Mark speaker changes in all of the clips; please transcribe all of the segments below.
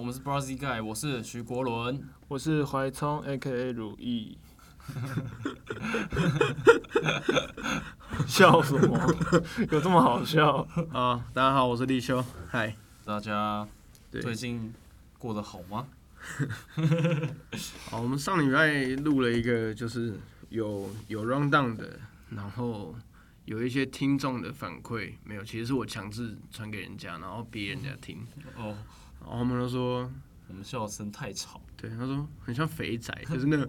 Speaker 1: 我们是 b r a z i Guy，我是徐国伦。
Speaker 2: 我是怀聪 A.K.A 如意。 笑什么？有这么好笑？
Speaker 3: 啊，大家好，我是立修，嗨，
Speaker 1: 大家
Speaker 3: 对
Speaker 1: 最近过得好吗？
Speaker 3: 好，我们上礼拜录了一个就是有有 round down 的，然后有一些听众的反馈，没有，其实是我强制传给人家，然后逼人家听，
Speaker 1: 哦，
Speaker 3: 然后他们都说，
Speaker 1: 我们笑声太吵，
Speaker 3: 对，他说很像肥仔，就是那个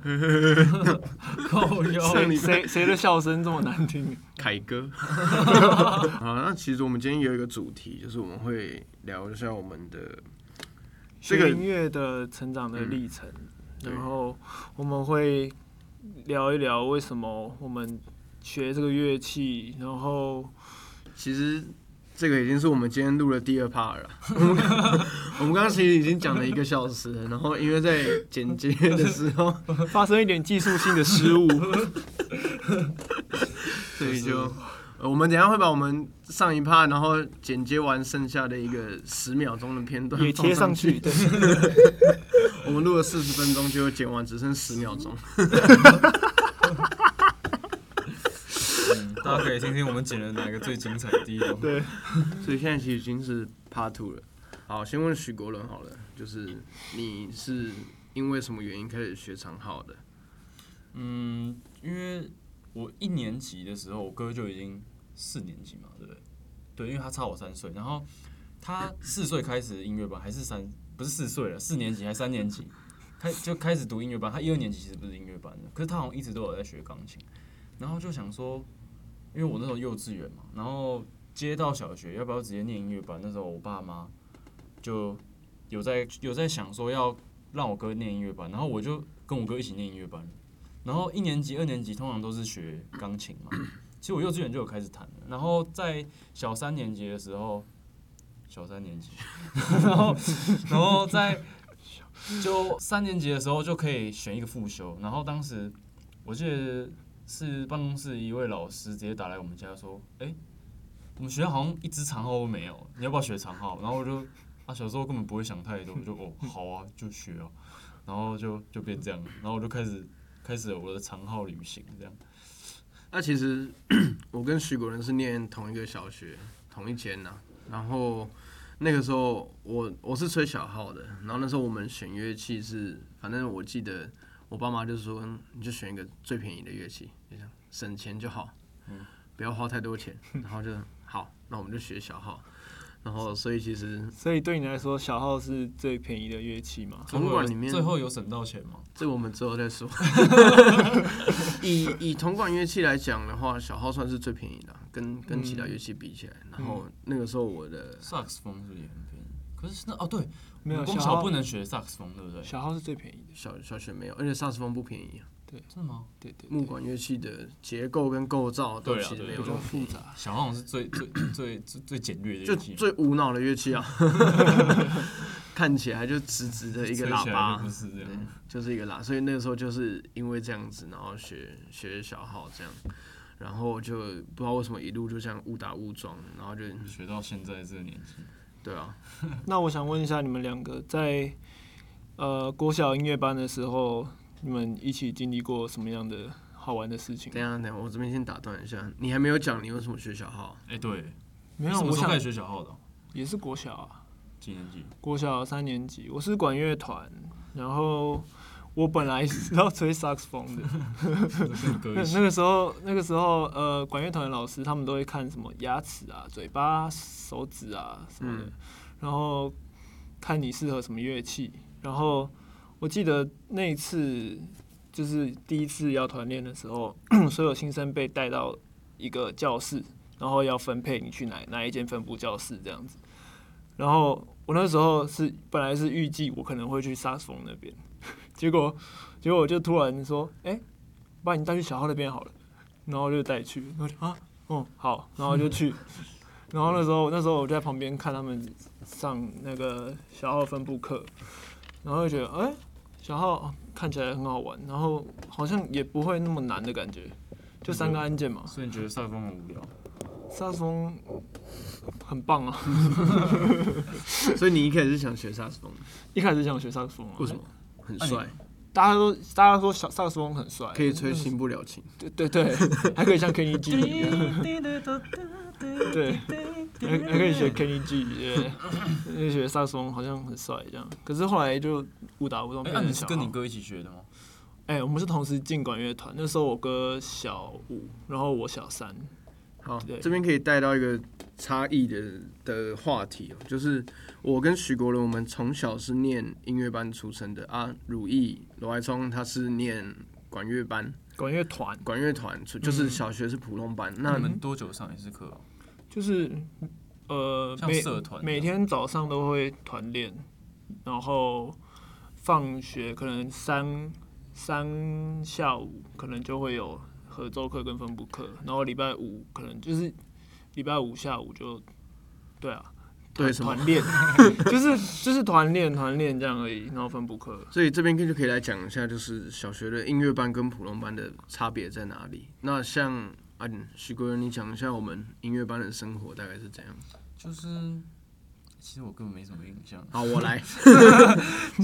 Speaker 1: 靠腰
Speaker 3: 上礼拜
Speaker 2: 谁谁的笑声这么难听？
Speaker 3: 凯哥。好，那其实我们今天有一个主题，就是我们会聊一下我们的 这个嗯
Speaker 2: 学音乐的成长的历程，
Speaker 3: 对
Speaker 2: 然后我们会聊一聊为什么我们学这个乐器，然后
Speaker 3: 其实这个已经是我们今天录的第二 part 了啦。 我们刚刚其实已经讲了一个小时了，然后因为在剪接的时候，
Speaker 2: 发生一点技术性的失 误。
Speaker 3: 所以就。呃我们等一下会把我们上一 part，然后剪接完剩下的一个十秒钟的片段
Speaker 2: 也贴上
Speaker 3: 放上
Speaker 2: 去，。对，
Speaker 3: 我们录了四十分钟，就剪完只剩十秒钟。
Speaker 1: 嗯，大家可以听听我们剪的哪个最精彩的地方。
Speaker 2: 对，
Speaker 3: 所以现在其实已经是 Part Two 了。好，先问许国伦好了，就是你是因为什么原因开始学长号的？
Speaker 1: 嗯，因为我一年级的时候，我哥就已经四年级嘛，对不对？对，因为他差我三岁，然后他四岁开始音乐班，还是三不是四岁了，四年级还是三年级，开就开始读音乐班。他一二年级其实不是音乐班的，可是他好像一直都有在学钢琴，然后就想说，因为我那时候幼稚园嘛，然后接到小学，要不要直接念音乐班？那时候我爸妈就有在有在想说要让我哥念音乐班，然后我就跟我哥一起念音乐班。然后一年级、二年级通常都是学钢琴嘛，其实我幼稚园就有开始弹了。然后在小三年级的时候，小三年级， 然后然后在就三年级的时候就可以选一个复修。然后当时我记得是办公室一位老师直接打来我们家说：“哎、我们学校好像一支长号都没有，你要不要学长号？”然后我就啊小时候根本不会想太多，我就哦好啊就学啊，然后就就变这样了，然后我就开始。开始了我的长号旅行，这样。
Speaker 3: 那其实 我跟许国仁是念同一个小学，同一间呐、然后那个时候我我是吹小号的，然后那时候我们选乐器是，反正我记得我爸妈就说嗯你就选一个最便宜的乐器，就这样省钱就好，不要花太多钱。然后就 好，那我们就学小号。然后所以其实
Speaker 2: 所以对你来说，小号是最便宜的乐器嘛？
Speaker 3: 总管里面
Speaker 1: 最后有省到钱吗？
Speaker 3: 这个我们之后再说。以以铜管乐器来讲的话，小号算是最便宜的啊，跟跟其他乐器比起来。然后那个时候我的
Speaker 1: 萨克斯风是不是也很便宜？可是那哦对，
Speaker 2: 没有，
Speaker 1: 光
Speaker 2: 小
Speaker 1: 小
Speaker 2: 号
Speaker 1: 不能学萨克斯风，对不对？
Speaker 2: 小号是最便宜的。
Speaker 3: 小小学没有，而且萨克斯风不便宜啊。
Speaker 1: 真的吗？
Speaker 2: 对对
Speaker 3: 木管乐器的结构跟构造都
Speaker 1: 对啊
Speaker 3: 其实
Speaker 1: 对啊啊
Speaker 3: 没有
Speaker 2: 比
Speaker 3: 那
Speaker 2: 较
Speaker 3: 么便
Speaker 2: 复
Speaker 3: 宜，
Speaker 2: 杂。
Speaker 1: 小号好像是最最最 最最简略的
Speaker 3: 就
Speaker 1: 乐器嘛，
Speaker 3: 最无脑的 乐器啊， 看起来就直直的一个
Speaker 1: 吹
Speaker 3: 喇
Speaker 1: 起来
Speaker 3: 叭
Speaker 1: 就不，是这样。
Speaker 3: 就是一个啦，所以那个时候就是因为这样子，然后学学小号这样，然后就不知道为什么一路就这样误打误撞，然后就
Speaker 1: 学到现在这个年纪，
Speaker 3: 对啊，
Speaker 2: 那我想问一下，你们两个在呃国小音乐班的时候，你们一起经历过什么样的好玩的事情
Speaker 3: 等？一下等一下，我这边先打断一下，你还没有讲你为什么学小号，啊
Speaker 1: 哎对，你
Speaker 2: 没有，
Speaker 1: 什么
Speaker 2: 我
Speaker 1: 时候
Speaker 2: 想
Speaker 1: 开始学小号的哦？
Speaker 2: 也是国小啊，
Speaker 1: 几年级？
Speaker 2: 国小三年级，我是管乐团，然后我本来是要吹萨克斯风的，
Speaker 1: 跟哥一
Speaker 2: 那
Speaker 1: 起
Speaker 2: 那个时候，那个时候，呃，管乐团的老师他们都会看什么牙齿啊、嘴巴、手指啊什么的，
Speaker 3: 嗯
Speaker 2: 然后看你适合什么乐器。然后我记得那一次就是第一次要团练的时候，所有新生被带到一个教室，然后要分配你去哪哪一间分部教室这样子。然后我那时候是本来是预计我可能会去萨克斯风那边，结果结果我就突然说，哎、把你带去小号那边好了，然后就带去，然后就啊，哦、好，然后就 去，然后那时候那时候我就在旁边看他们上那个小号分布课，然后就觉得哎、小号看起来很好玩，然后
Speaker 3: 嗯
Speaker 2: 好像也不会那么难的感觉，就三个按键嘛，
Speaker 1: 所以你觉得萨克斯风很无聊？
Speaker 2: 萨克斯风很棒啊！
Speaker 3: 所以你一开始是想学萨克斯风，
Speaker 2: 一开始想学萨克斯风啊，
Speaker 3: 为什么？？很
Speaker 1: 哎
Speaker 3: 帅，
Speaker 2: 大家都大家都说小萨克斯风很帅，
Speaker 3: 可以吹新不了情。
Speaker 2: 对对对，还可以像 Kenny G 一样，对，还还可以学 Kenny G，对，可以学萨克斯风好像很帅这样。可是后来就误打误撞
Speaker 1: 哎，
Speaker 2: 变
Speaker 1: 那
Speaker 2: 成
Speaker 1: 你是
Speaker 2: 小
Speaker 1: 跟你
Speaker 2: 号
Speaker 1: 哥一起学的吗？
Speaker 2: 哎、我们是同时进管乐团，那时候我哥小五，然后我小三。
Speaker 3: 好
Speaker 2: 对，
Speaker 3: 这边可以带到一个差异的的话题哦，就是我跟许国伦，我们从小是念音乐班出身的啊。如意、罗怀聪他是念管乐班，
Speaker 2: 管乐团
Speaker 3: 管乐团出
Speaker 2: 嗯
Speaker 3: 就是小学是普通班。那
Speaker 1: 你们多久上一次课啊？
Speaker 2: 就是呃，
Speaker 1: 像
Speaker 2: 每
Speaker 1: 社团一样
Speaker 2: 每天早上都会团练，然后放学可能三三下午可能就会有合奏课跟分部课，然后礼拜五可能就是礼拜五下午就对啊。
Speaker 3: 对什么
Speaker 2: 团 练就是就是团练团练这样而已，然后分部课。
Speaker 3: 所以这边就可以来讲一下，就是小学的音乐班跟普通班的差别在哪里。那像啊，许国伦，你讲一下我们音乐班的生活大概是怎样？
Speaker 1: 就是，其实我根本没什么印象。
Speaker 3: 好，我来。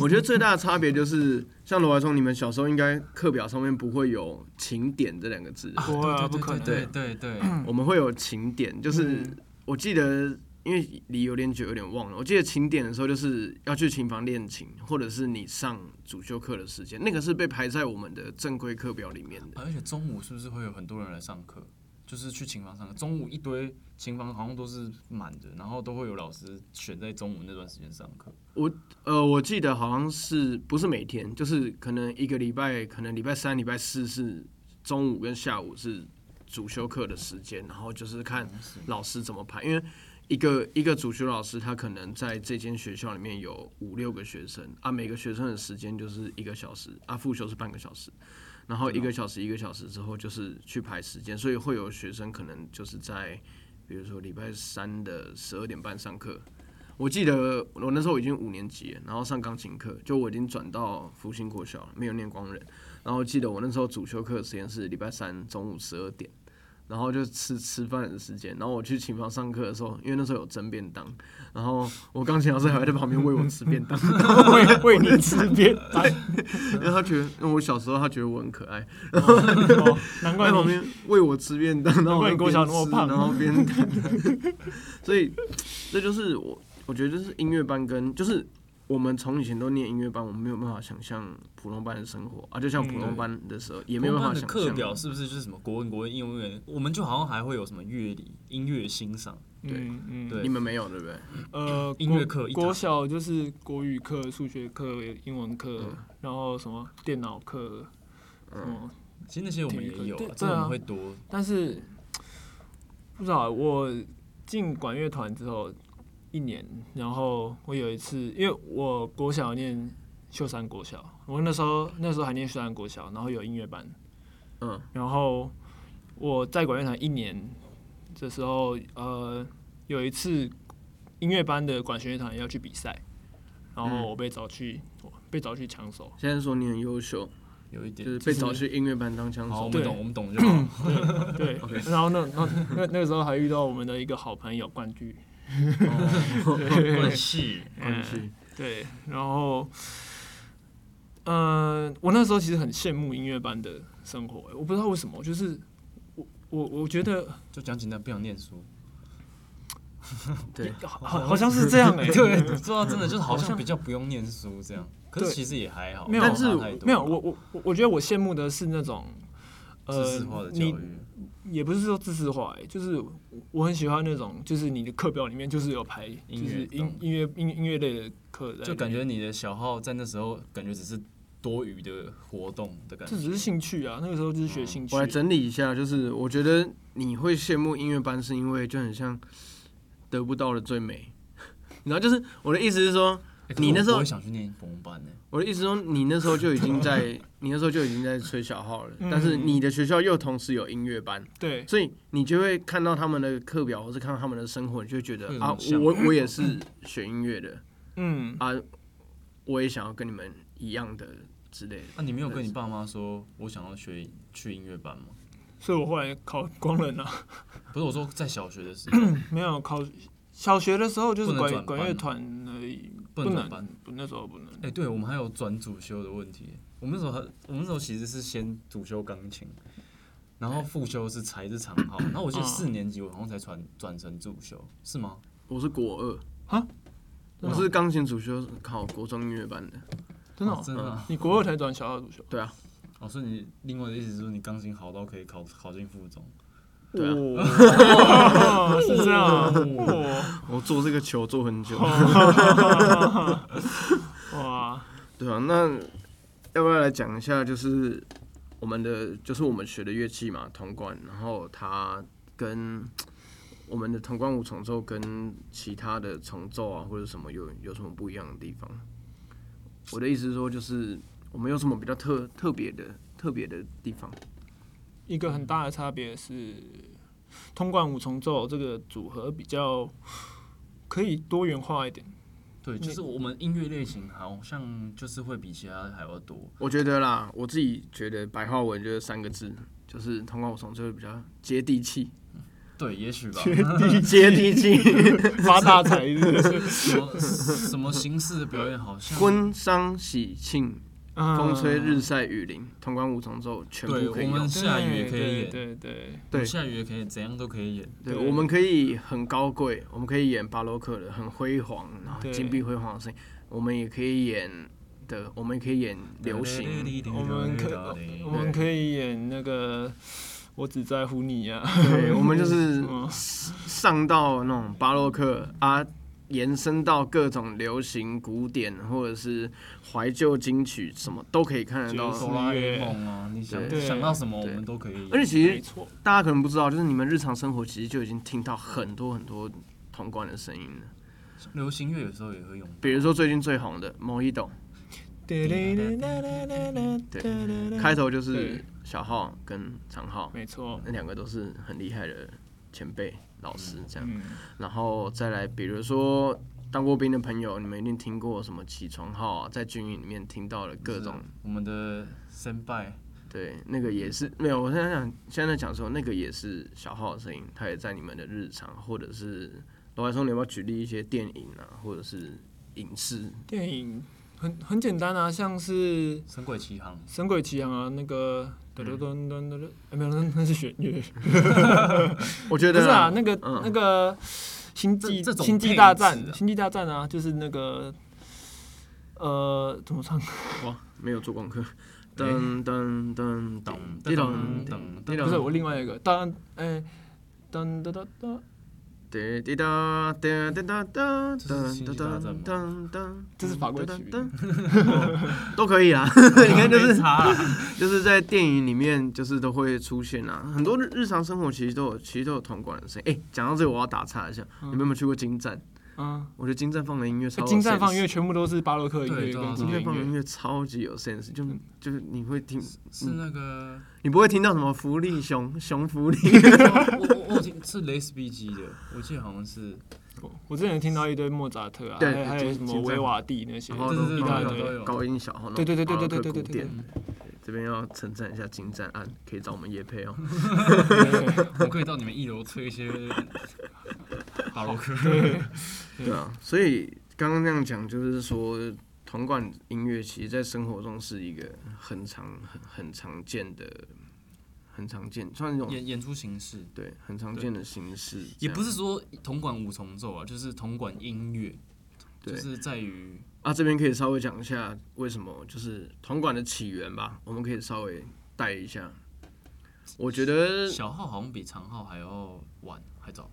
Speaker 3: 我觉得最大的差别就是，像罗怀聪，你们小时候应该课表上面不会有“勤点”这两个字，
Speaker 2: 不会啊，不可能。
Speaker 1: 对对对，
Speaker 3: 我们会有“勤点”，就是
Speaker 2: 嗯
Speaker 3: 我记得，因为离有点久，有点忘了。我记得勤点的时候，就是要去琴房练琴，或者是你上主修课的时间，那个是被排在我们的正规课表里面的。
Speaker 1: 而且中午是不是会有很多人来上课？就是去琴房上课，中午一堆琴房好像都是满的，然后都会有老师选在中午那段时间上课。
Speaker 3: 呃，我记得好像是不是每天，就是可能一个礼拜，可能礼拜三、礼拜四是中午跟下午是主修课的时间，然后就是看老师怎么排，因为。一个一个主修老师，他可能在这间学校里面有五六个学生啊，每个学生的时间就是一个小时啊，复修是半个小时，然后一个小时一个小时之后就是去排时间，所以会有学生可能就是在比如说礼拜三的十二点半上课，我记得我那时候已经五年级了，然后上钢琴课，就我已经转到福星国小了，没有念光仁。然后记得我那时候主修课的时间是礼拜三中午十二点，然后就吃吃饭的时间。然后我去琴房上课的时候，因为那时候有蒸便当，然后我钢琴老师还会在旁边喂我吃便当，
Speaker 2: 为为你吃便当，
Speaker 3: 因为他觉得，因为我小时候他觉得我很可爱，
Speaker 2: 哦难怪
Speaker 3: 在旁
Speaker 2: 你
Speaker 3: 边喂我吃便当，然后我
Speaker 2: 难怪你国小
Speaker 3: 就边
Speaker 2: 那么
Speaker 3: 吃
Speaker 2: 胖
Speaker 3: 然后边看， 所以这就是我我觉得就是音乐班跟就是我们从以前都念音乐班，我们没有办法想象普通班的生活啊，就像普通班的时候、也没有办法
Speaker 1: 的
Speaker 3: 想
Speaker 1: 课
Speaker 3: 象
Speaker 1: 表是不是就是什么国文、国文、英文、英文我们就好像还会有什么乐理、音乐欣赏，
Speaker 2: 嗯嗯
Speaker 1: 对
Speaker 3: 你们没有对不对？
Speaker 2: 呃，
Speaker 1: 音
Speaker 2: 国
Speaker 1: 乐课一堂
Speaker 2: 国小就是国语课、数学课、英文课，
Speaker 3: 嗯
Speaker 2: 然后什么电脑课，什么，
Speaker 1: 其实那些我们也有、
Speaker 2: 对
Speaker 1: 啊，这个我
Speaker 2: 对啊
Speaker 1: 们会多。
Speaker 2: 嗯但是不知道我进管乐团之后一年，然后我有一次，因为我国小念秀山国小，我那时候那时候还念秀山国小，然后有音乐班，
Speaker 3: 嗯，
Speaker 2: 然后我在管乐团一年的时候，呃，有一次音乐班的管弦乐团要去比赛，然
Speaker 3: 嗯
Speaker 2: 后我被找去、我被找去抢 手，
Speaker 3: 现在说你很优秀，
Speaker 1: 有一点
Speaker 3: 就是被找去音乐班当枪
Speaker 1: 好，我们
Speaker 3: 手，
Speaker 2: 对
Speaker 1: 懂，我们懂就好。
Speaker 2: 对
Speaker 3: OK
Speaker 2: 然后那那那那个时候还遇到我们的一个好朋友冠军，
Speaker 1: 关系，
Speaker 3: 关系
Speaker 2: 对，然后，呃，我那时候其实很羡慕音乐班的生活、我不知道为什么，就是我我我觉得
Speaker 1: 就讲简单，不想念书。
Speaker 3: 对。
Speaker 2: 好好好像是这样哎、
Speaker 1: 对， 说到真的，就是好像比较不用念书这样，可是
Speaker 2: 对
Speaker 1: 其实也还好，
Speaker 2: 没有
Speaker 1: 差
Speaker 2: 但是
Speaker 1: 太多
Speaker 2: 没有，我我我我觉得我羡慕的是那种，呃
Speaker 1: 知识化的，教
Speaker 2: 你
Speaker 1: 育，
Speaker 2: 也不是说知识化、欸，就是我很喜欢那种，就是你的课表里面就是有排，就
Speaker 1: 音乐
Speaker 2: 是音
Speaker 1: 懂
Speaker 2: 音乐音音乐类的课在里面，
Speaker 1: 就感觉你的小号在那时候感觉只是多余的活动的感
Speaker 2: 这
Speaker 1: 觉。
Speaker 2: 只是兴趣啊，那个时候就是学兴
Speaker 1: 哦
Speaker 2: 趣。
Speaker 3: 我来整理一下，就是我觉得你会羡慕音乐班，是因为就很像得不到的最美。 然后就是我的意思是说，
Speaker 1: 欸可是
Speaker 3: 你那时候
Speaker 1: 我也想去念红班呢，
Speaker 3: 我的意思说，你那时候就已经 在，你那时候就已经在吹小号了，但是你的学校又同时有音乐班，
Speaker 2: 对，
Speaker 3: 所以你就会看到他们的课表，或是看到他们的生活，你就会觉得
Speaker 1: 会有
Speaker 3: 啊
Speaker 1: 那种，向
Speaker 3: 我我也是学音乐的
Speaker 2: 嗯，
Speaker 3: 啊，我也想要跟你们一样的之类的。
Speaker 1: 啊 那、你没有跟你爸妈说我想要学去音乐班吗？
Speaker 2: 所以我后来考光人啊，
Speaker 1: 不是我说在小学的时 候
Speaker 2: 没有考小学的时候就是
Speaker 1: 不能
Speaker 2: 管
Speaker 1: 转班吗
Speaker 2: 管乐团而已，
Speaker 1: 不
Speaker 2: 不
Speaker 1: 能转
Speaker 2: 能
Speaker 1: 班。
Speaker 2: 不那时候不能。
Speaker 1: 哎、对我们还有转主修的问题。我们那时候还，我们那时候其实是先主修钢琴，然后副修是才是长 号。然后我记得
Speaker 2: 嗯
Speaker 1: 四年级我好像才转转成主修，是吗？
Speaker 3: 我是国二
Speaker 2: 啊，
Speaker 3: 我是钢琴主修考国中音乐班的。
Speaker 2: 真的哦、
Speaker 1: 哦真的啊、
Speaker 2: 你国二才转小号主修？
Speaker 3: 对啊，
Speaker 1: 哦，所以你另外的意思就是你钢琴好到可以考考进附中？
Speaker 3: 对啊
Speaker 2: 哦， 是这样啊。哦
Speaker 3: 我做这个球做很 久。哦
Speaker 2: 哇，
Speaker 3: 对啊，那要不要来讲一下，就是我们的，就是我们学的乐器嘛，铜管，然后它跟我们的铜管五重奏跟其他的重奏啊或者什么有有什么不一样的地方？我的意思是说，就是我们有什么比较特特别的特别的地方？
Speaker 2: 一个很大的差别是，通管五重奏这个组合比较可以多元化一点。
Speaker 1: 对，就是我们音乐类型好像就是会比其他还要多。
Speaker 3: 我觉得啦，我自己觉得白话文就是三个字，就是铜管五重奏会比较接地气，
Speaker 1: 对，也许吧。
Speaker 3: 接地气。
Speaker 2: 发大财是不是？
Speaker 1: 什么什么形式的表演好像？
Speaker 3: 婚丧喜庆风
Speaker 2: 风
Speaker 3: 吹日晒雨淋，潼关五重奏全
Speaker 1: 对
Speaker 3: 部可以
Speaker 1: 我们
Speaker 3: 用。
Speaker 1: 下雨也可以演
Speaker 2: 对对对，
Speaker 3: 对
Speaker 1: 下雨也可以，怎样都可以演。
Speaker 3: 对，
Speaker 2: 对
Speaker 3: 我们可以很高贵，我们可以演巴洛克的，很辉煌，然后
Speaker 2: 对
Speaker 3: 金碧辉煌的声音。我们也可以演的，我们也可以演流行。
Speaker 2: 我们可我们可以演那个我只在乎你呀、啊。
Speaker 3: 对，我们就是
Speaker 2: 嗯
Speaker 3: 上到那种巴洛克啊，延伸到各种流行、古典或者是怀旧金曲，什么都可以看得
Speaker 2: 爵
Speaker 3: 到
Speaker 2: 士。
Speaker 1: 哆啦 A 梦啊，你想
Speaker 2: 对
Speaker 1: 想到什么我
Speaker 3: 对
Speaker 1: 们都可以演。
Speaker 3: 而且其
Speaker 2: 没
Speaker 3: 实
Speaker 2: 错，
Speaker 3: 大家可能不知道，就是你们日常生活其实就已经听到很多很多潼关的声音了。
Speaker 1: 流行乐有时候也会用，
Speaker 3: 比如说最近最红的《某一懂
Speaker 2: 对》，
Speaker 3: 开头就是
Speaker 2: 嗯对
Speaker 3: 小号跟长号，
Speaker 2: 没错，
Speaker 3: 那两个都是很厉害的前辈老师这样。
Speaker 2: 嗯，
Speaker 3: 然后再来，比如说当过兵的朋友，你们一定听过什么起床号啊，在军营里面听到了各种
Speaker 2: 啊
Speaker 1: 就是啊我们的先拜
Speaker 3: 对，那个也是没有。我现在讲，现在讲说那个也是小号的声音，它也在你们的日常，或者是罗海松，你要不要举例一些电影啊，或者是影视？
Speaker 2: 电影很很简单啊，像是《
Speaker 1: 神鬼奇航，
Speaker 2: 神鬼奇航》啊，那个噔噔噔噔噔，哎没有，那那是弦乐，
Speaker 3: 我觉
Speaker 2: 不
Speaker 3: 得
Speaker 2: 是啊，那个
Speaker 3: 嗯
Speaker 2: 那个《星际
Speaker 1: 这这种
Speaker 2: 星际大战
Speaker 1: 配置》啊
Speaker 2: 《星际大战》啊，就是那个呃，怎么唱？
Speaker 3: 没有做功课。噔噔噔噔滴咚
Speaker 1: 噔
Speaker 3: 滴
Speaker 2: 不是
Speaker 3: 咚，
Speaker 2: 我另外一个当哎当当当当，
Speaker 3: 滴滴答滴滴答答噔噔噔噔噔，
Speaker 2: 这是法规区域
Speaker 3: 噔， 哦都可以啊。你看，就是啊
Speaker 1: 没差啦
Speaker 3: 就是在电影里面，就是都会出现啊，很多日日常生活其实都有，其实都有铜管的声音。哎，讲到这个，我要打岔一下，你们有没有去过金站？
Speaker 2: 嗯，
Speaker 3: 我觉得金站放的音乐超有
Speaker 2: 金湛
Speaker 3: sense
Speaker 2: 放音乐全部都是巴洛克音乐
Speaker 1: 对对啊
Speaker 2: 跟
Speaker 1: 对
Speaker 2: 古
Speaker 1: 啊
Speaker 2: 典音
Speaker 3: 金站放的音
Speaker 2: 乐，
Speaker 3: 乐超级有 sense，就
Speaker 2: 嗯
Speaker 3: 就是你会听，
Speaker 1: 是那个，
Speaker 3: 你不会听到什么福利熊熊福利，
Speaker 1: 我我我有听是雷斯比基的，我记得好像是，
Speaker 2: 我我之前听到一堆莫扎特啊，
Speaker 3: 对
Speaker 2: 还还有
Speaker 3: 金
Speaker 2: 什么
Speaker 3: 金湛
Speaker 2: 维瓦蒂那些，
Speaker 3: 然后
Speaker 1: 对
Speaker 3: 都
Speaker 1: 对
Speaker 2: 一
Speaker 1: 对
Speaker 2: 大
Speaker 3: 放
Speaker 1: 对
Speaker 2: 堆
Speaker 1: 对。
Speaker 3: 那种高音小号，
Speaker 2: 对对对对对对对对
Speaker 3: 古典
Speaker 2: 对。
Speaker 3: 这边要称赞一下金湛案，可以找我们 叶配哦。
Speaker 1: 我可以到你们一楼吹一 些巴洛克，
Speaker 3: 对啊，所以刚刚那样讲，就是说铜管音乐其实在生活中是一个很常、很很常见的、很常见，算一种
Speaker 1: 演演出形式。
Speaker 3: 对很常见的形式。
Speaker 1: 也不
Speaker 3: 这样
Speaker 1: 是说铜管五重奏啊，就是铜管音乐，就
Speaker 3: 对
Speaker 1: 是在于
Speaker 3: 啊，这边可以稍微讲一下为什么就是铜管的起源吧，我们可以稍微带一下。我觉得
Speaker 1: 小号好像比长号还要晚，还早。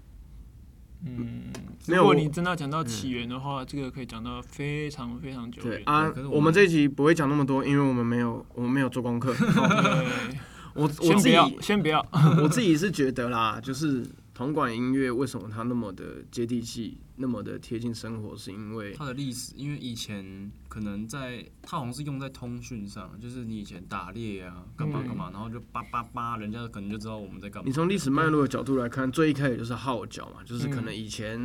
Speaker 2: 嗯，如
Speaker 3: 没有
Speaker 2: 果
Speaker 3: 我嗯
Speaker 2: 你真的要讲到起源的话，这个可以讲到非常非常久
Speaker 3: 对
Speaker 2: 远。
Speaker 3: 啊
Speaker 1: 可是我，们
Speaker 3: 我们这一集不会讲那么多，因为我们没有 我们没有做功课。
Speaker 2: 对
Speaker 3: 我我
Speaker 2: 先
Speaker 3: 自
Speaker 2: 不
Speaker 3: 己
Speaker 2: 要，先不要。
Speaker 3: 我自己是觉得啦，就是铜管音乐为什么它那么的接地气，那么的贴近生活，是因为
Speaker 1: 它的历史，因为以前可能在它好像是用在通讯上，就是你以前打猎啊，干嘛干嘛，然后就叭叭叭，人家可能就知道我们在干嘛。
Speaker 3: 嗯你从历史脉络的角度来看，最一开始就是号角嘛，就是可能以前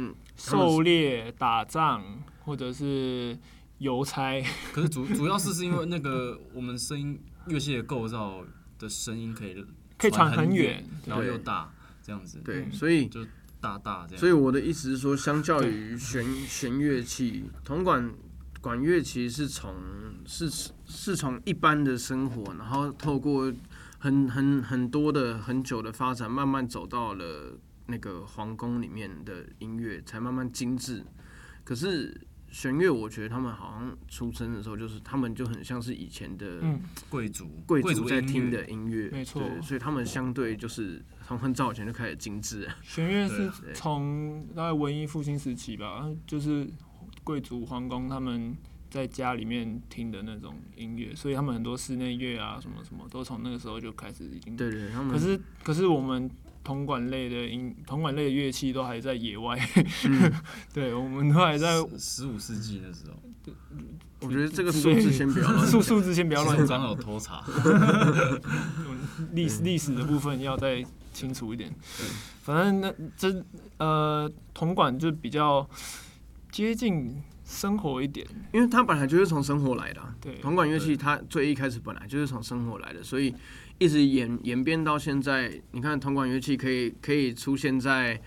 Speaker 3: 他们
Speaker 2: 狩猎、打仗或者是邮差，
Speaker 1: 可是主主要是是因为那个我们声音乐器的构造的声音可以
Speaker 2: 可以传很
Speaker 1: 远
Speaker 2: 远，，
Speaker 1: 然后
Speaker 3: 对
Speaker 1: 又大，这样子，
Speaker 3: 对，
Speaker 2: 嗯
Speaker 3: 所以
Speaker 1: 就大大这样。
Speaker 3: 所以我的意思是说，相较于弦弦乐器，铜管管乐其实是从是是从一般的生活，然后透过很很很多的很久的发展，慢慢走到了那个皇宫里面的音乐，才慢慢精致。可是弦乐，我觉得他们好像出生的时候，就是他们就很像是以前的
Speaker 2: 嗯，
Speaker 1: 贵族，
Speaker 3: 贵
Speaker 1: 族
Speaker 3: 族在
Speaker 1: 音
Speaker 3: 听
Speaker 1: 乐
Speaker 3: 的音乐，
Speaker 2: 没错
Speaker 3: 对所以他们相对就是从很早以前就开始精致了。
Speaker 2: 弦乐是
Speaker 3: 对
Speaker 2: 从大概文艺复兴时期吧，就是贵族皇宫他们在家里面听的那种音乐，所以他们很多室内乐啊什么什么都从那个时候就开始已经。
Speaker 3: 对嗯对，他
Speaker 2: 嗯
Speaker 3: 们
Speaker 2: 可是可是我们铜管类的音，铜管类的乐器都还在野外，
Speaker 3: 嗯
Speaker 2: 对，我们都还在
Speaker 1: 十五世纪的时 候，
Speaker 3: 我觉得这个
Speaker 2: 之
Speaker 3: 数
Speaker 2: 类
Speaker 3: 字
Speaker 2: 的
Speaker 3: 先不要乱
Speaker 2: 数数字先不
Speaker 1: 不
Speaker 2: 要乱
Speaker 1: 张
Speaker 2: 讲，
Speaker 1: 有偷查，
Speaker 2: 历
Speaker 1: 嗯
Speaker 2: 史历史的部分要再清楚一点。反正那这呃铜管就比较接近生活一点，
Speaker 3: 因为它本来就是从生活来的啊、
Speaker 2: 对，
Speaker 3: 铜管乐器它最一开始本来就是从生活来的，所以一直演演变到现在。你看铜管乐器可以可以出现在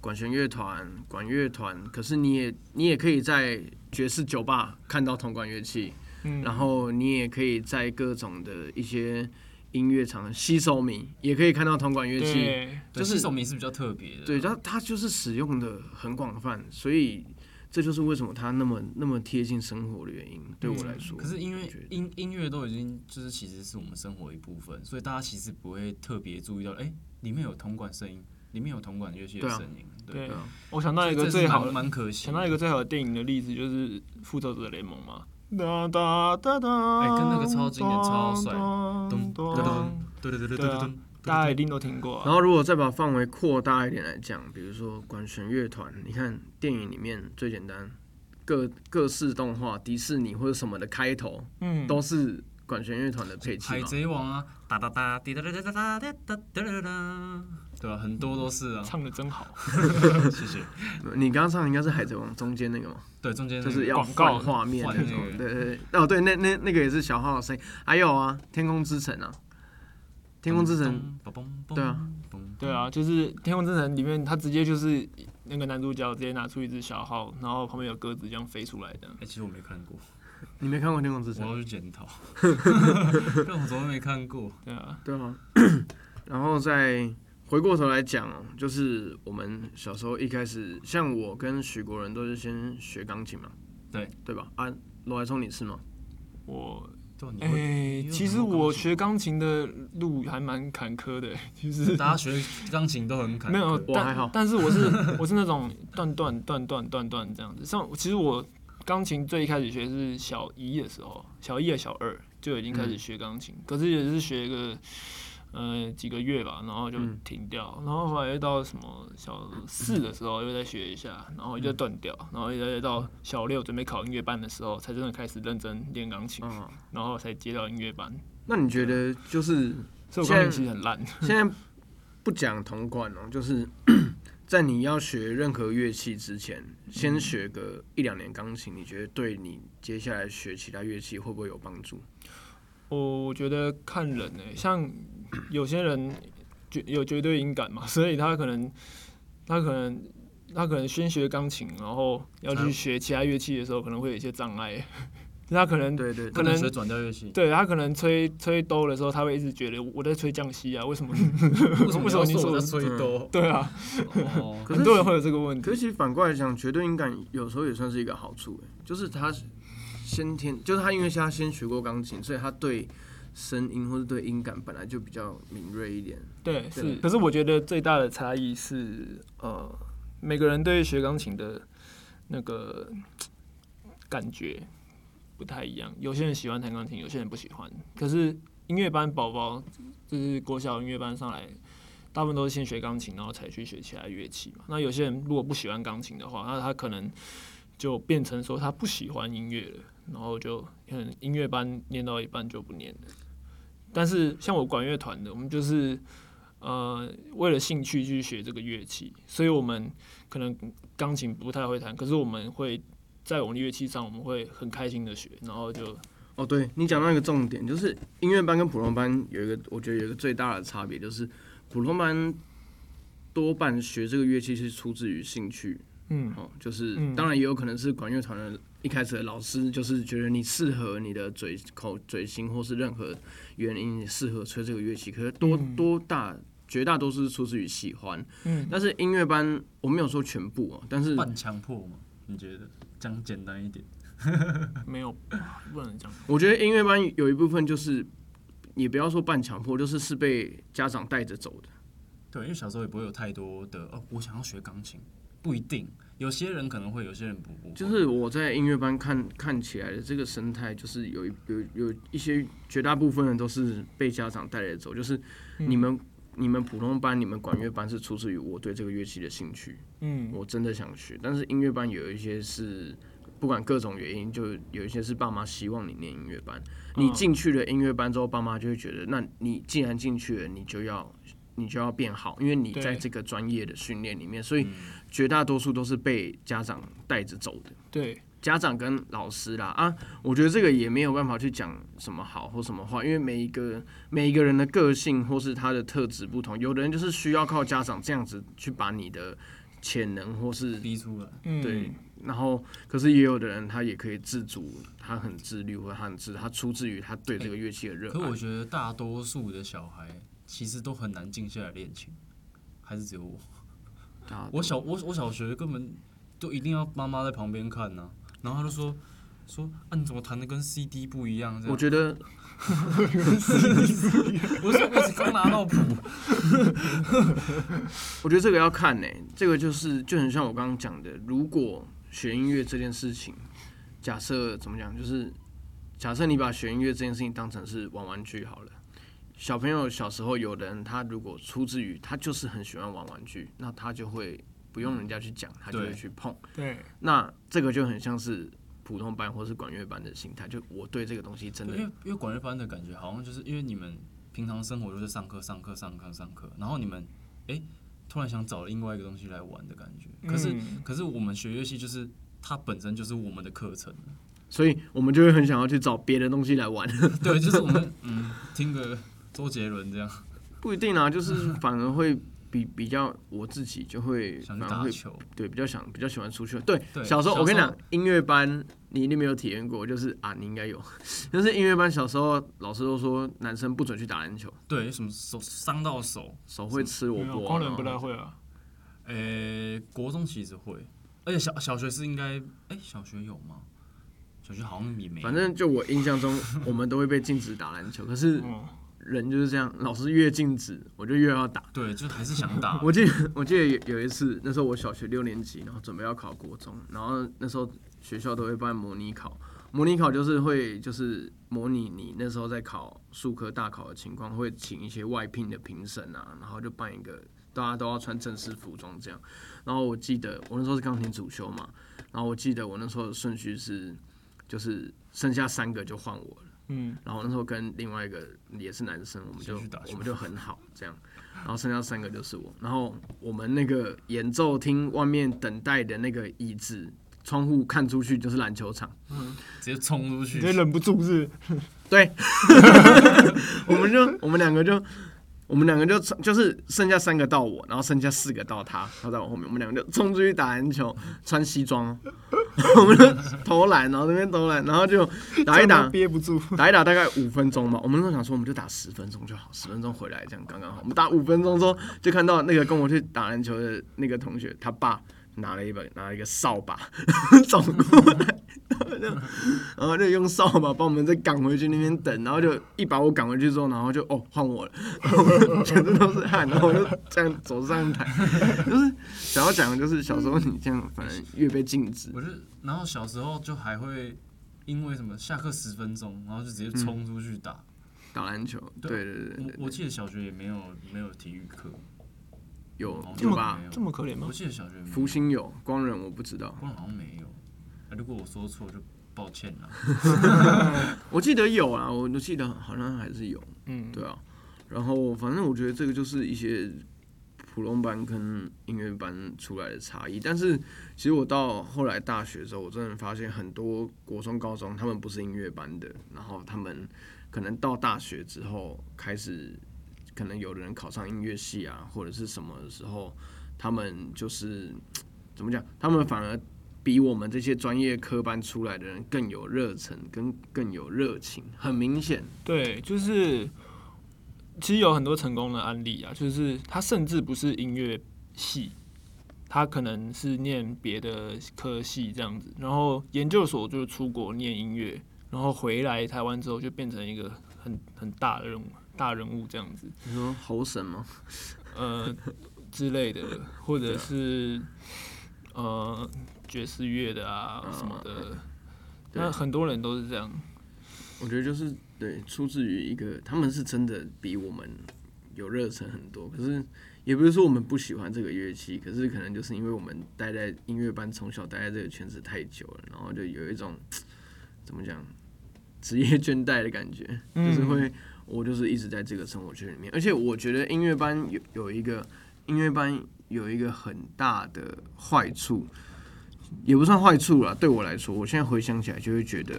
Speaker 3: 管弦乐团、管乐团，可是你也你也可以在爵士酒吧看到铜管乐器，
Speaker 2: 嗯
Speaker 1: 啊
Speaker 3: 然后你也可以在各种的一些音乐场、西手米也可以看到铜管乐器。
Speaker 2: 对，
Speaker 1: 就
Speaker 3: 就是
Speaker 1: 是这种名是比较特别的，
Speaker 3: 对，它它就是使用的很广泛，所以这就是为什么它那么那么贴近生活的原因。对我来说，
Speaker 1: 嗯可是因为
Speaker 3: 觉得
Speaker 1: 音音乐都已经就是其实是我们生活一部分，所以大家其实不会特别注意到，哎、里面有铜管声音，里面有铜管乐器的
Speaker 3: 对啊
Speaker 1: 声音，
Speaker 2: 对
Speaker 3: 对啊
Speaker 2: 我想到一
Speaker 1: 这
Speaker 2: 个
Speaker 1: 是
Speaker 2: 最好
Speaker 1: 蛮
Speaker 2: 的，
Speaker 1: 蛮可惜的，
Speaker 2: 想到一个最好的电影的例子就是《复仇者联盟》嘛。哒哒哒哒，
Speaker 1: 啊哎跟那个超经典超帅
Speaker 2: 咚
Speaker 1: 咚
Speaker 2: 咚
Speaker 1: 咚对对对
Speaker 2: 对
Speaker 1: 对
Speaker 2: 啊
Speaker 1: 对，
Speaker 2: 大家一定都听过啊。
Speaker 3: 然后如果再把范围扩大一点来讲，比如说管弦乐团，你看电影里面最简单，各各式动画、迪士尼或者什么的开头
Speaker 2: 嗯，
Speaker 3: 都是管弦乐团的配器
Speaker 1: 海
Speaker 3: 嘛。
Speaker 1: 贼王啊，哒哒哒滴哒哒哒哒哒哒哒哒哒哒，对吧、很多都是啊，
Speaker 2: 唱的真好，
Speaker 1: 谢谢。
Speaker 3: 你刚刚唱的应该是海贼王中间那个嘛，
Speaker 1: 对，中间那
Speaker 3: 就
Speaker 1: 个
Speaker 3: 是要
Speaker 2: 广告
Speaker 3: 换画面
Speaker 1: 嗯换
Speaker 3: 那
Speaker 1: 那
Speaker 3: 种。
Speaker 1: 个
Speaker 3: 对对对，哦对，那那那个也是小号的声音。还有啊，天空之城啊，天空之城。，
Speaker 1: 咚咚
Speaker 3: 对啊，
Speaker 1: 咚咚
Speaker 2: 对啊，就是《天空之城》里面，他直接就是那个男主角直接拿出一只小号，然后旁边有鸽子这样飞出来的。
Speaker 1: 哎、其实我没看过，
Speaker 3: 你没看过《天空之
Speaker 1: 我
Speaker 2: 啊
Speaker 3: 城》？
Speaker 1: 要去检 讨，但我怎么没看过？
Speaker 2: 对啊，
Speaker 3: 对啊。 然后再回过头来讲哦，就是我们小时候一开始，像我跟许国人都是先学钢琴嘛，
Speaker 1: 对
Speaker 3: 对吧？啊，罗怀聪你是吗？
Speaker 2: 我
Speaker 1: 对啊，你
Speaker 2: 哎、
Speaker 1: 会、
Speaker 2: 其实我学钢琴的路还蛮坎坷的、就是
Speaker 1: 大家学钢琴都很坎坷，
Speaker 2: 没有，
Speaker 3: 我还
Speaker 2: 但
Speaker 3: 好
Speaker 2: 但是我是 我是那种断断断断断断这样子。像其实我钢琴最一开始学是小一的时候，小一还小二就已经
Speaker 3: 嗯
Speaker 2: 开始学钢琴，可是也是学个呃几个月吧，然后就
Speaker 3: 嗯
Speaker 2: 停掉，然后后来又到什么小四的时候又再学一下，然后又
Speaker 3: 嗯
Speaker 2: 再断掉，然后又再到小六准备考音乐班的时候，才真的开始认真练钢琴，
Speaker 3: 嗯，
Speaker 2: 然后才接到音乐班。
Speaker 3: 那你觉得就是
Speaker 2: 所以我钢琴
Speaker 3: 现在
Speaker 2: 其实很烂，
Speaker 3: 现在不讲铜管哦， 就是在你要学任何乐器之前，先学个一两年钢琴，你觉得对你接下来学其他乐器会不会有帮助？
Speaker 2: 我我觉得看人呢、像有些人绝有绝对音感嘛， 所以他可能他可能他可能先学钢琴，然后要去学其他乐器的时候，可能会有一些障碍。 他可能
Speaker 3: 对对
Speaker 1: 不
Speaker 2: 可
Speaker 3: 对，
Speaker 1: 能
Speaker 2: 能
Speaker 1: 学转调乐器。
Speaker 2: 对他可能吹吹兜的时候，他会一直觉得我在吹降息啊，为什么？
Speaker 1: 为
Speaker 2: 为什么你说
Speaker 1: 我
Speaker 2: 我
Speaker 1: 在吹多？
Speaker 2: 对啊，
Speaker 1: 哦，
Speaker 3: 可是
Speaker 2: 很多人会有这个问
Speaker 3: 可
Speaker 2: 题。
Speaker 3: 是其实反过来讲，绝对音感有时候也算是一个好处，欸就是他先天，就是他因为他先学过钢琴，所以他对声音或者对音感本来就比较敏锐一点。
Speaker 2: 对，是。可是我觉得最大的差异是，呃，每个人对学钢琴的那个感觉不太一样。有些人喜欢弹钢琴，有些人不喜欢。可是音乐班宝宝，就是国小音乐班上来，大部分都是先学钢琴，然后才去学其他乐器嘛。那有些人如果不喜欢钢琴的话，那他可能就变成说他不喜欢音乐了，然后就可能音乐班念到一半就不念了。但是像我管乐团的，我们就是呃为了兴趣去学这个乐器，所以我们可能钢琴不太会弹，可是我们会在我们的乐器上，我们会很开心的学，然后就
Speaker 3: 哦，对你讲到一个重点，就是音乐班跟普通班有一个，我觉得有一个最大的差别就是，普通班多半学这个乐器是出自于兴趣，
Speaker 2: 嗯
Speaker 3: 哦，就是、
Speaker 2: 嗯
Speaker 3: 当然也有可能是管乐团的一开始的老师就是觉得你适合你的嘴口嘴型或是任何原因你适合吹这个乐器，可是多、
Speaker 2: 嗯
Speaker 3: 多大绝大多数是出自于喜欢，
Speaker 2: 嗯，
Speaker 3: 但是音乐班我没有说全部哦，但是
Speaker 1: 半强迫嘛？你觉得讲简单一点？
Speaker 2: 没有不能讲，
Speaker 3: 我觉得音乐班有一部分就是，也不要说半强迫，就是是被家长带着走的。
Speaker 1: 对，因为小时候也不会有太多的哦，我想要学钢琴，不一定，有些人可能会，有些人不不会。
Speaker 3: 就是我在音乐班看看起来的这个生态，就是有一有有一些绝大部分人都是被家长带着走，就是你们、
Speaker 2: 嗯
Speaker 3: 你们普通班、你们管乐班是出自于我对这个乐器的兴趣，
Speaker 2: 嗯
Speaker 3: 我真的想学。但是音乐班有一些是不管各种原因，就有一些是爸妈希望你念音乐班。你
Speaker 2: 嗯
Speaker 3: 进去了音乐班之后，爸妈就会觉得，那你既然进去了，你就要你就要变好，因为你
Speaker 2: 对嗯
Speaker 3: 在这个专业的训练里面，所以绝大多数都是被家长带着走的。
Speaker 2: 对，
Speaker 3: 家长跟老师啦啊，我觉得这个也没有办法去讲什么好或什么坏，因为每一个每一个人的个性或是他的特质不同，有的人就是需要靠家长这样子去把你的潜能或是
Speaker 1: 逼出来，
Speaker 2: 嗯
Speaker 3: 对，然后可是也有的人他也可以自主，他很自律或他很自，他出自于他对这个乐器的热
Speaker 1: 可我
Speaker 3: 爱。
Speaker 1: 觉得大多数的小孩其实都很难静下来练琴，还是只有我。
Speaker 3: 啊
Speaker 1: 我小我我小学根本就一定要妈妈在旁边看呐、然后他就说说啊你怎么弹的跟 CD 不一样？这样
Speaker 3: 我觉得
Speaker 1: 我说我只刚拿到谱，
Speaker 3: 我觉得这个要看呢、这个就是就很像我刚刚讲的，如果学音乐这件事情，假设怎么讲，就是假设你把学音乐这件事情当成是玩玩具好了。小朋友小时候，有的人他如果出自于他就是很喜欢玩玩具，那他就会不用人家去讲，他就会
Speaker 1: 对
Speaker 3: 去碰。
Speaker 2: 对，
Speaker 3: 那这个就很像是普通班或是管乐班的心态，就我对这个东西 真
Speaker 1: 对
Speaker 3: 的
Speaker 1: 因为因为管乐班的感觉好像就是因为你们平常生活就是上课上课上课上课，然后你们哎、诶突然想找另外一个东西来玩的感觉，可是、
Speaker 2: 嗯
Speaker 1: 可是我们学乐器就是它本身就是我们的课程，
Speaker 3: 所以我们就会很想要去找别的东西来玩。
Speaker 1: 对，就是我们嗯听个周杰伦这样
Speaker 3: 不一定啊，就是反而会比比较我自己就会
Speaker 1: 想
Speaker 3: 反
Speaker 1: 去
Speaker 3: 而
Speaker 1: 打
Speaker 3: 会
Speaker 1: 球，
Speaker 3: 对比较想比较喜欢出去。对，
Speaker 1: 对
Speaker 3: 小时候
Speaker 1: 小
Speaker 3: 我跟你
Speaker 1: 时候
Speaker 3: 讲，音乐班你一定没有体验过，就是啊，你应该有， 就是音乐班小时候老师都说男生不准去打篮球，
Speaker 1: 对，什么手伤到手，
Speaker 3: 手会吃
Speaker 2: 没
Speaker 3: 萝
Speaker 2: 有
Speaker 3: 卜啊。
Speaker 2: 光人不
Speaker 3: 然
Speaker 2: 太
Speaker 3: 后
Speaker 2: 会啊，
Speaker 1: 呃、国中其实会，而且小小学是应该，哎、小学有吗？小学好像也没有，
Speaker 3: 反正就我印象中，我们都会被禁止打篮球，可是
Speaker 2: 嗯
Speaker 3: 人就是这样，老师越禁止，我就越要打。，
Speaker 1: 对，就是还是想打
Speaker 3: 我记得我记得有有一次，那时候我小学六年级，然后准备要考国中，然后那时候学校都会办模拟考，模拟考就是会就是模拟你那时候在考数科大考的情况，会请一些外聘的评审啊，然后就办一个大家都要穿正式服装这样。然后我记得我那时候是钢琴主修嘛，然后我记得我那时候的顺序是就是剩下三个就换我了。
Speaker 2: 嗯
Speaker 3: 然后那时候跟另外一个也是男生，我们就
Speaker 1: 先去打球
Speaker 3: 我们就很好这样，然后剩下三个就是我，然后我们那个演奏厅外面等待的那个椅子，窗户看出去就是篮球场，
Speaker 1: 直接冲出
Speaker 2: 你
Speaker 1: 去
Speaker 2: 这，忍不住是不是
Speaker 3: 对，我们就我们两个就。我们两个就冲就是剩下三个到我，然后剩下四个到他，他在我后面，我们两个就冲出去打篮球，穿西装 哦，我们就投篮，然后那边投篮，然后就打一
Speaker 2: 这样
Speaker 3: 打
Speaker 2: 都，憋不住，
Speaker 3: 打一打大概五分钟吧，我们那时候想说我们就打十分钟就好，十分钟回来这样刚刚好。我们打五分钟之后，就看到那个跟我去打篮球的那个同学，他爸拿了一把拿了一个扫把 走过来，然后就然后就用扫把把我们再赶回去那边等，然后就一把我赶回去之后，然后就哦换我了，然后我全身都是汗，然后我就这样走上台，就是想要讲的就是小时候你这样反正越被禁止，
Speaker 1: 我就然后小时候就还会因为什么下课十分钟，然后就直接冲出去打。啊
Speaker 3: 打篮球，嗯对对对对，
Speaker 1: 我我记得小学也没有没有体育课，
Speaker 3: 有
Speaker 1: 好像
Speaker 2: 这
Speaker 3: 有
Speaker 1: 没
Speaker 3: 吧？
Speaker 1: 有
Speaker 2: 么这么可怜吗
Speaker 1: 我？记得小学没有
Speaker 3: 福星有，光仁我不知道，
Speaker 1: 光好像没有，啊如果我说错就抱歉了。
Speaker 3: 我记得有啊，我我记得好像还是有，
Speaker 2: 嗯，
Speaker 3: 对啊。然后反正我觉得这个就是一些普普通班跟音乐班出来的差异。但是其实我到后来大学的时候，我真的发现很多国中、高中他们不是音乐班的，然后他们可能到大学之后开始，可能有的人考上音乐系啊，或者是什么的时候，他们就是怎么讲，他们反而比我们这些专业科班出来的人更有热忱，跟更有热情，很明显。
Speaker 2: 对，就是其实有很多成功的案例啊，就是他甚至不是音乐系，他可能是念别的科系这样子，然后研究所就出国念音乐，然后回来台湾之后就变成一个很很大的人物，大人物这样子，
Speaker 3: 你说猴神吗？
Speaker 2: 呃之类的，或者是呃爵士乐的啊什么的，
Speaker 3: 对
Speaker 2: 那很多人都是这样。
Speaker 3: 我觉得就是对，出自于一个他们是真的比我们有热忱很多，可是也不是说我们不喜欢这个乐器，可是可能就是因为我们待在音乐班，从小待在这个圈子太久了，然后就有一种怎么讲职业倦怠的感觉，就是会我就是一直在这个生活圈里面，而且我觉得音乐班有有一个音乐班有一个很大的坏处，也不算坏处啦，对我来说，我现在回想起来就会觉得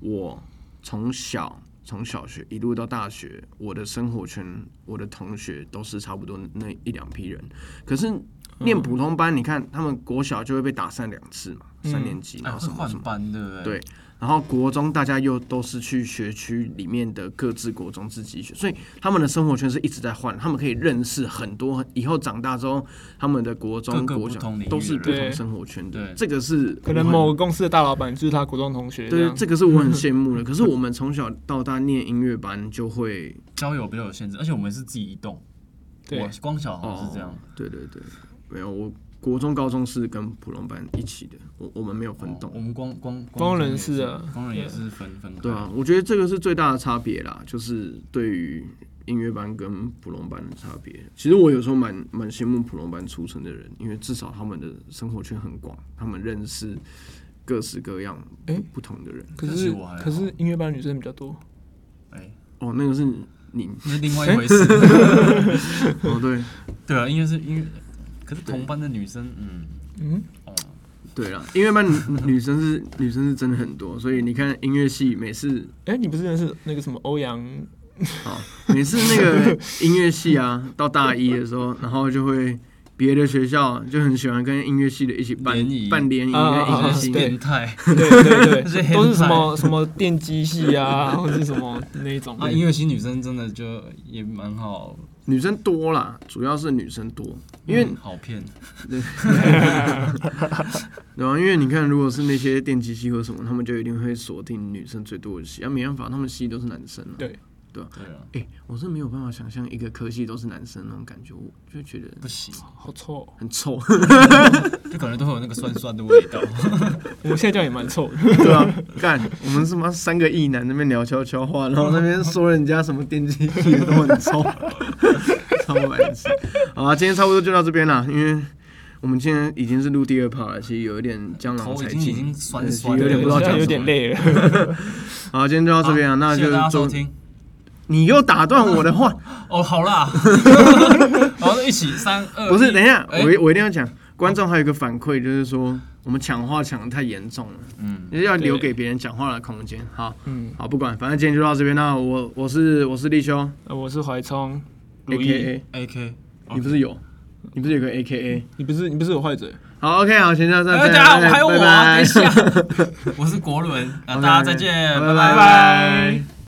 Speaker 3: 我。从小从小学一路到大学，我的生活圈、我的同学都是差不多那一两批人。可是念普通班，你看他们国小就会被打散两次嘛，三年级然后
Speaker 1: 哎是
Speaker 3: 什么
Speaker 1: 换
Speaker 3: 什么，
Speaker 1: 班对不对？
Speaker 3: 对然后国中大家又都是去学区里面的各自国中自己选，所以他们的生活圈是一直在换，他们可以认识很多，以后长大之后他们的国中、
Speaker 1: 各个
Speaker 3: 国
Speaker 1: 不
Speaker 3: 小
Speaker 1: 同领域
Speaker 3: 都是
Speaker 1: 的
Speaker 3: 不同
Speaker 2: 人
Speaker 3: 生活圈的
Speaker 1: 对，
Speaker 3: 这个是
Speaker 2: 可能
Speaker 3: 我很
Speaker 2: 某个公司的大老板就是他国中同学这
Speaker 3: 对，
Speaker 2: 样，
Speaker 3: 这个是我很羡慕的。可是我们从小到大念音乐班就会，
Speaker 1: 交友比较有限制，而且我们是自己移动，
Speaker 2: 对
Speaker 1: 我光小好像是这样，
Speaker 3: 对对对，没有我。国中、高中是跟普通班一起的，我我们没有分
Speaker 1: 哦我
Speaker 3: 栋。
Speaker 1: 们光光
Speaker 2: 光人
Speaker 1: 也
Speaker 2: 是啊
Speaker 1: 光人也是分分开，哎
Speaker 3: 对 啊，我觉得这个是最大的差别啦，就是对于音乐班跟普通班的差别。其实我有时候蛮蛮羡慕普通班出身的人，因为至少他们的生活圈很广，他们认识各式各样不,、
Speaker 2: 诶
Speaker 3: 不同的人。
Speaker 2: 可
Speaker 1: 可
Speaker 2: 是
Speaker 1: 是我还好
Speaker 2: 可是音乐班女生比较多，
Speaker 1: 哎，
Speaker 3: 哦，那个是你
Speaker 1: 那是另外一回 事。
Speaker 3: 哦，对
Speaker 1: 对啊，因为是因为，可是同班的女生，嗯，
Speaker 2: 嗯，
Speaker 1: 哦，
Speaker 3: 对啊啦，音乐班女 女生是女生是真的很多，所以你看音乐系每次
Speaker 2: 哎，你不是认识那个什么欧 阳？
Speaker 3: 啊，每次那个音乐系啊，到大一的时候，然后就会别的学校就很喜欢跟音乐系的一起办
Speaker 1: 联谊
Speaker 3: 办联谊跟
Speaker 2: 啊
Speaker 3: 音乐
Speaker 1: 这
Speaker 3: 系
Speaker 1: 些
Speaker 2: 啊啊啊，
Speaker 1: 变态
Speaker 2: 对对
Speaker 1: 这
Speaker 2: 对，
Speaker 1: 很
Speaker 2: 都是什么什么电机系啊， 或者是什么那种嗯
Speaker 1: 啊，音乐系女生真的就也蛮好，
Speaker 3: 女生多啦，主要是女生多，因为
Speaker 1: 嗯好骗，
Speaker 3: 对啊，因为你看，如果是那些电机系或什么，他们就一定会锁定女生最多的系，啊，没办法，他们系都是男生啊。
Speaker 2: 对
Speaker 1: 对啊，
Speaker 3: 哎、我是没有办法想象一个科系都是男生那种感觉，我就觉得
Speaker 1: 不行，
Speaker 2: 好臭哦，
Speaker 3: 很臭。
Speaker 1: 就感觉都会有那个酸酸的味道。
Speaker 2: 我现在叫也蛮臭的，
Speaker 3: 对啊，干，我们是妈三个异男那边聊悄悄话，然后那边说人家什么电击器都很臭， 超白痴。好啊，今天差不多就到这边啦，因为我们今天已经是录第二趴了，其实有一点江郎
Speaker 1: 头
Speaker 3: 才
Speaker 1: 已
Speaker 3: 尽，
Speaker 1: 经已经酸
Speaker 3: 对其实
Speaker 1: 酸的
Speaker 3: 有点不知 道
Speaker 2: 我现在
Speaker 3: 讲
Speaker 2: 有
Speaker 3: 什
Speaker 2: 点
Speaker 3: 么。
Speaker 2: 累了。
Speaker 3: 好，今天就到这边啊， 那
Speaker 1: 谢谢
Speaker 3: 就
Speaker 1: 大家收
Speaker 3: 祝
Speaker 1: 听。
Speaker 3: 你又打断我的 话，
Speaker 1: 哦，好 啦，好，一起三二，
Speaker 3: 不是，等一下，我
Speaker 1: 哎
Speaker 3: 一我一定要讲，观众还有一个反馈就是说。我们抢话抢的太严重了，
Speaker 1: 嗯，
Speaker 3: 要留
Speaker 2: 对
Speaker 3: 给别人讲话的空间。好，
Speaker 2: 嗯，
Speaker 3: 好，不管，反正今天就到这边。那我我是我是立修，
Speaker 2: 呃我是怀聪，
Speaker 3: A
Speaker 2: 如
Speaker 3: K
Speaker 2: 意，
Speaker 3: A，
Speaker 1: A K，
Speaker 3: 你不是有，你不是有个 A K A？
Speaker 2: 你不是你不是有坏嘴？
Speaker 3: 好，OK，好，先这样，这
Speaker 1: 哎，
Speaker 3: 样
Speaker 1: 等
Speaker 3: 这
Speaker 1: 一下
Speaker 3: 样，
Speaker 1: 我还有我啊，等一
Speaker 3: 拜拜
Speaker 1: 下，我是国伦，那大家再见，
Speaker 3: 拜
Speaker 1: 拜
Speaker 3: 拜。